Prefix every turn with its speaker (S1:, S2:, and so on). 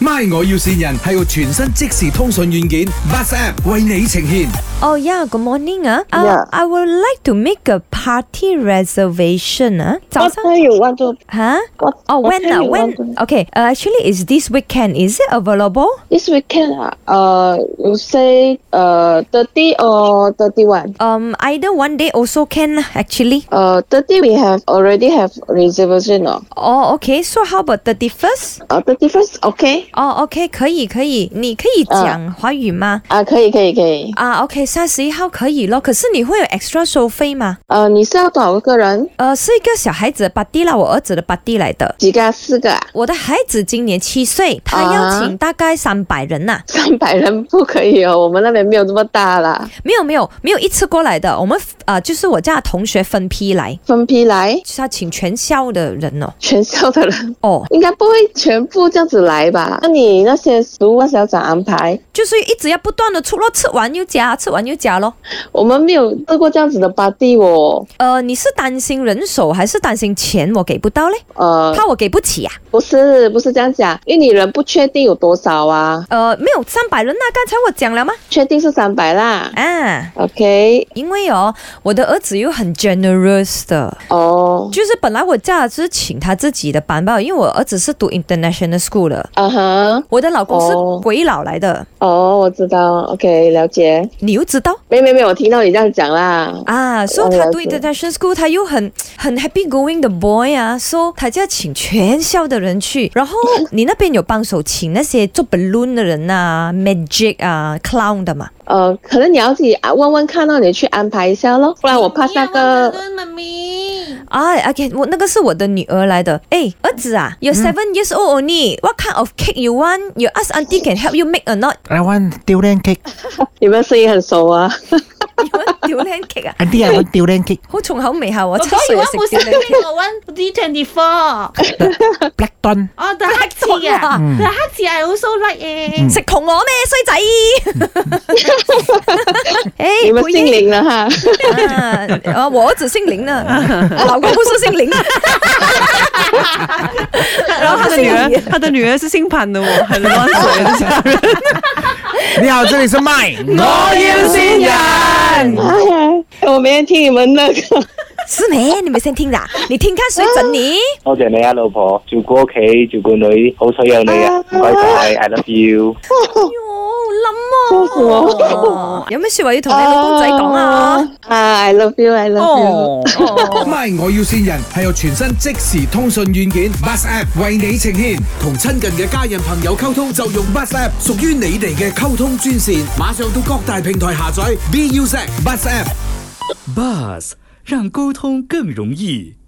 S1: My 我要線人係個全新即時通訊軟件 Bus App 為你呈現。
S2: Oh yeah, good morning 啊、Uh,
S3: Yeah.
S2: I would like to make a party reservation 啊、早
S3: What
S2: 上
S3: time you want to?
S2: 吓
S3: What?
S2: Oh
S3: what
S2: when
S3: time
S2: ah
S3: you
S2: when?
S3: want to-
S2: Okay, uh, actually is this weekend? Is it available?
S3: This weekend, ah, uh, you say, uh, thirty or thirty-one.
S2: Um, either one day also can lah, actually.
S3: Uh, thirty we have already have reservation. Oh,
S2: Oh, okay. So how about thirty first?
S3: uh, thirty first, okay.
S2: 哦、o k 可以可以，你可以讲华语吗？
S3: 啊，可以可以可以。
S2: 啊、o k 三十一号可以咯。可是你会有 extra 收费吗？
S3: 呃，你是要多少个人？
S2: 呃，是一个小孩子的 party 啦，我儿子的 party 来的。
S3: 几个啊？四个啊？
S2: 我的孩子今年七岁，他
S3: 啊
S2: 邀请大概三百人呐、
S3: 三百人不可以哦，我们那边没有这么大啦，
S2: 没有没有没有一次过来的，我们啊、呃就是我家的同学分批来，
S3: 分批来，
S2: 就是要请全校的人哦。
S3: 全校的人
S2: 哦，
S3: 应该不会全部这样子来吧？那你那些食物是要怎样安排？
S2: 就是一直要不断的出咯，吃完又加，吃完又加咯。
S3: 我们没有做过这样子的 party 哦，
S2: 呃，你是担心人手还是担心钱我给不到嘞？
S3: 呃，
S2: 怕我给不起呀、啊
S3: 不是不是这样讲，因为你人不确定有多少啊，
S2: 呃，没有三百人呐、刚才我讲了吗？
S3: 确定是三百啦。
S2: 啊，
S3: OK，
S2: 因为哦，我的儿子又很 generous 的，
S3: 哦，
S2: 就是本来我家是请他自己的班吧，因为我儿子是读 international school 的，
S3: 啊哈，
S2: 我的老公
S3: 哦
S2: 是鬼佬来的，
S3: 哦，我知道，OK，了解。
S2: 你又知道
S3: 没没没，我听到你这样讲啦。
S2: 啊，所、以
S3: 我
S2: 他
S3: 哦了
S2: 读
S3: 解
S2: international school，他又很很 happy going 的 boy 啊，so 他就要请全校的人去， 然后你那边有帮手请那些做 balloon 的人啊，magic 啊，clown 的嘛，
S3: 呃，可能你要自己啊问问看到你去安排一下咯，不然我
S4: 啊
S3: 怕那个
S4: 妈咪，
S2: 啊，OK，我那个是我的女儿来的，诶，儿子啊，you're
S3: 嗯
S2: seven years old only，what kind of cake you want？You ask auntie can help you make or not？
S5: I want durian cake.
S3: 你们声音很熟啊。
S2: You want durian cake 啊？
S5: Auntie, I want durian cake.
S2: 好重口味下啊
S4: 我
S2: 喎，七
S4: 講
S2: 歲
S4: 完
S2: 就
S4: 我
S2: 食
S4: 冇食
S2: durian cake。
S4: 我揾 D twenty four，
S5: Black don.
S4: 哦，但黑 字啊，但黑字 I also like 嘅。
S2: 食窮我咩衰仔？ 哎
S3: 嗯你们
S2: 配
S3: 姓啊
S2: 音
S3: 林了哈，
S2: 啊！啊我儿子姓林呢，老公不是姓林。
S6: 然后他的女 儿
S2: 姓李，
S6: 他的女儿是姓潘的哦，很乱水的家人。
S5: 你好，这里是麦，我要新人。
S2: 啊
S3: 哎呀，我每天听你们那个，
S2: 是咩？你没先听的啊？你听看谁整你？
S7: 多謝你啊，老婆，照顧屋企，照顧女，好彩有你啊，唔該晒，I love you。
S2: 哎呦，
S3: 笑死我
S2: 冧啊！有咩说話要同你老公仔講啊？
S3: 啊，I love you，I love you。
S6: 哦。
S1: My 我要線人係由全新即時通訊軟件 Bus App 為你呈現，同親近嘅家人朋友溝通就用 Bus App，屬於你哋嘅溝通專線。馬上到各大平台下載 BUZ Bus App。
S8: Buzz 让沟通更容易。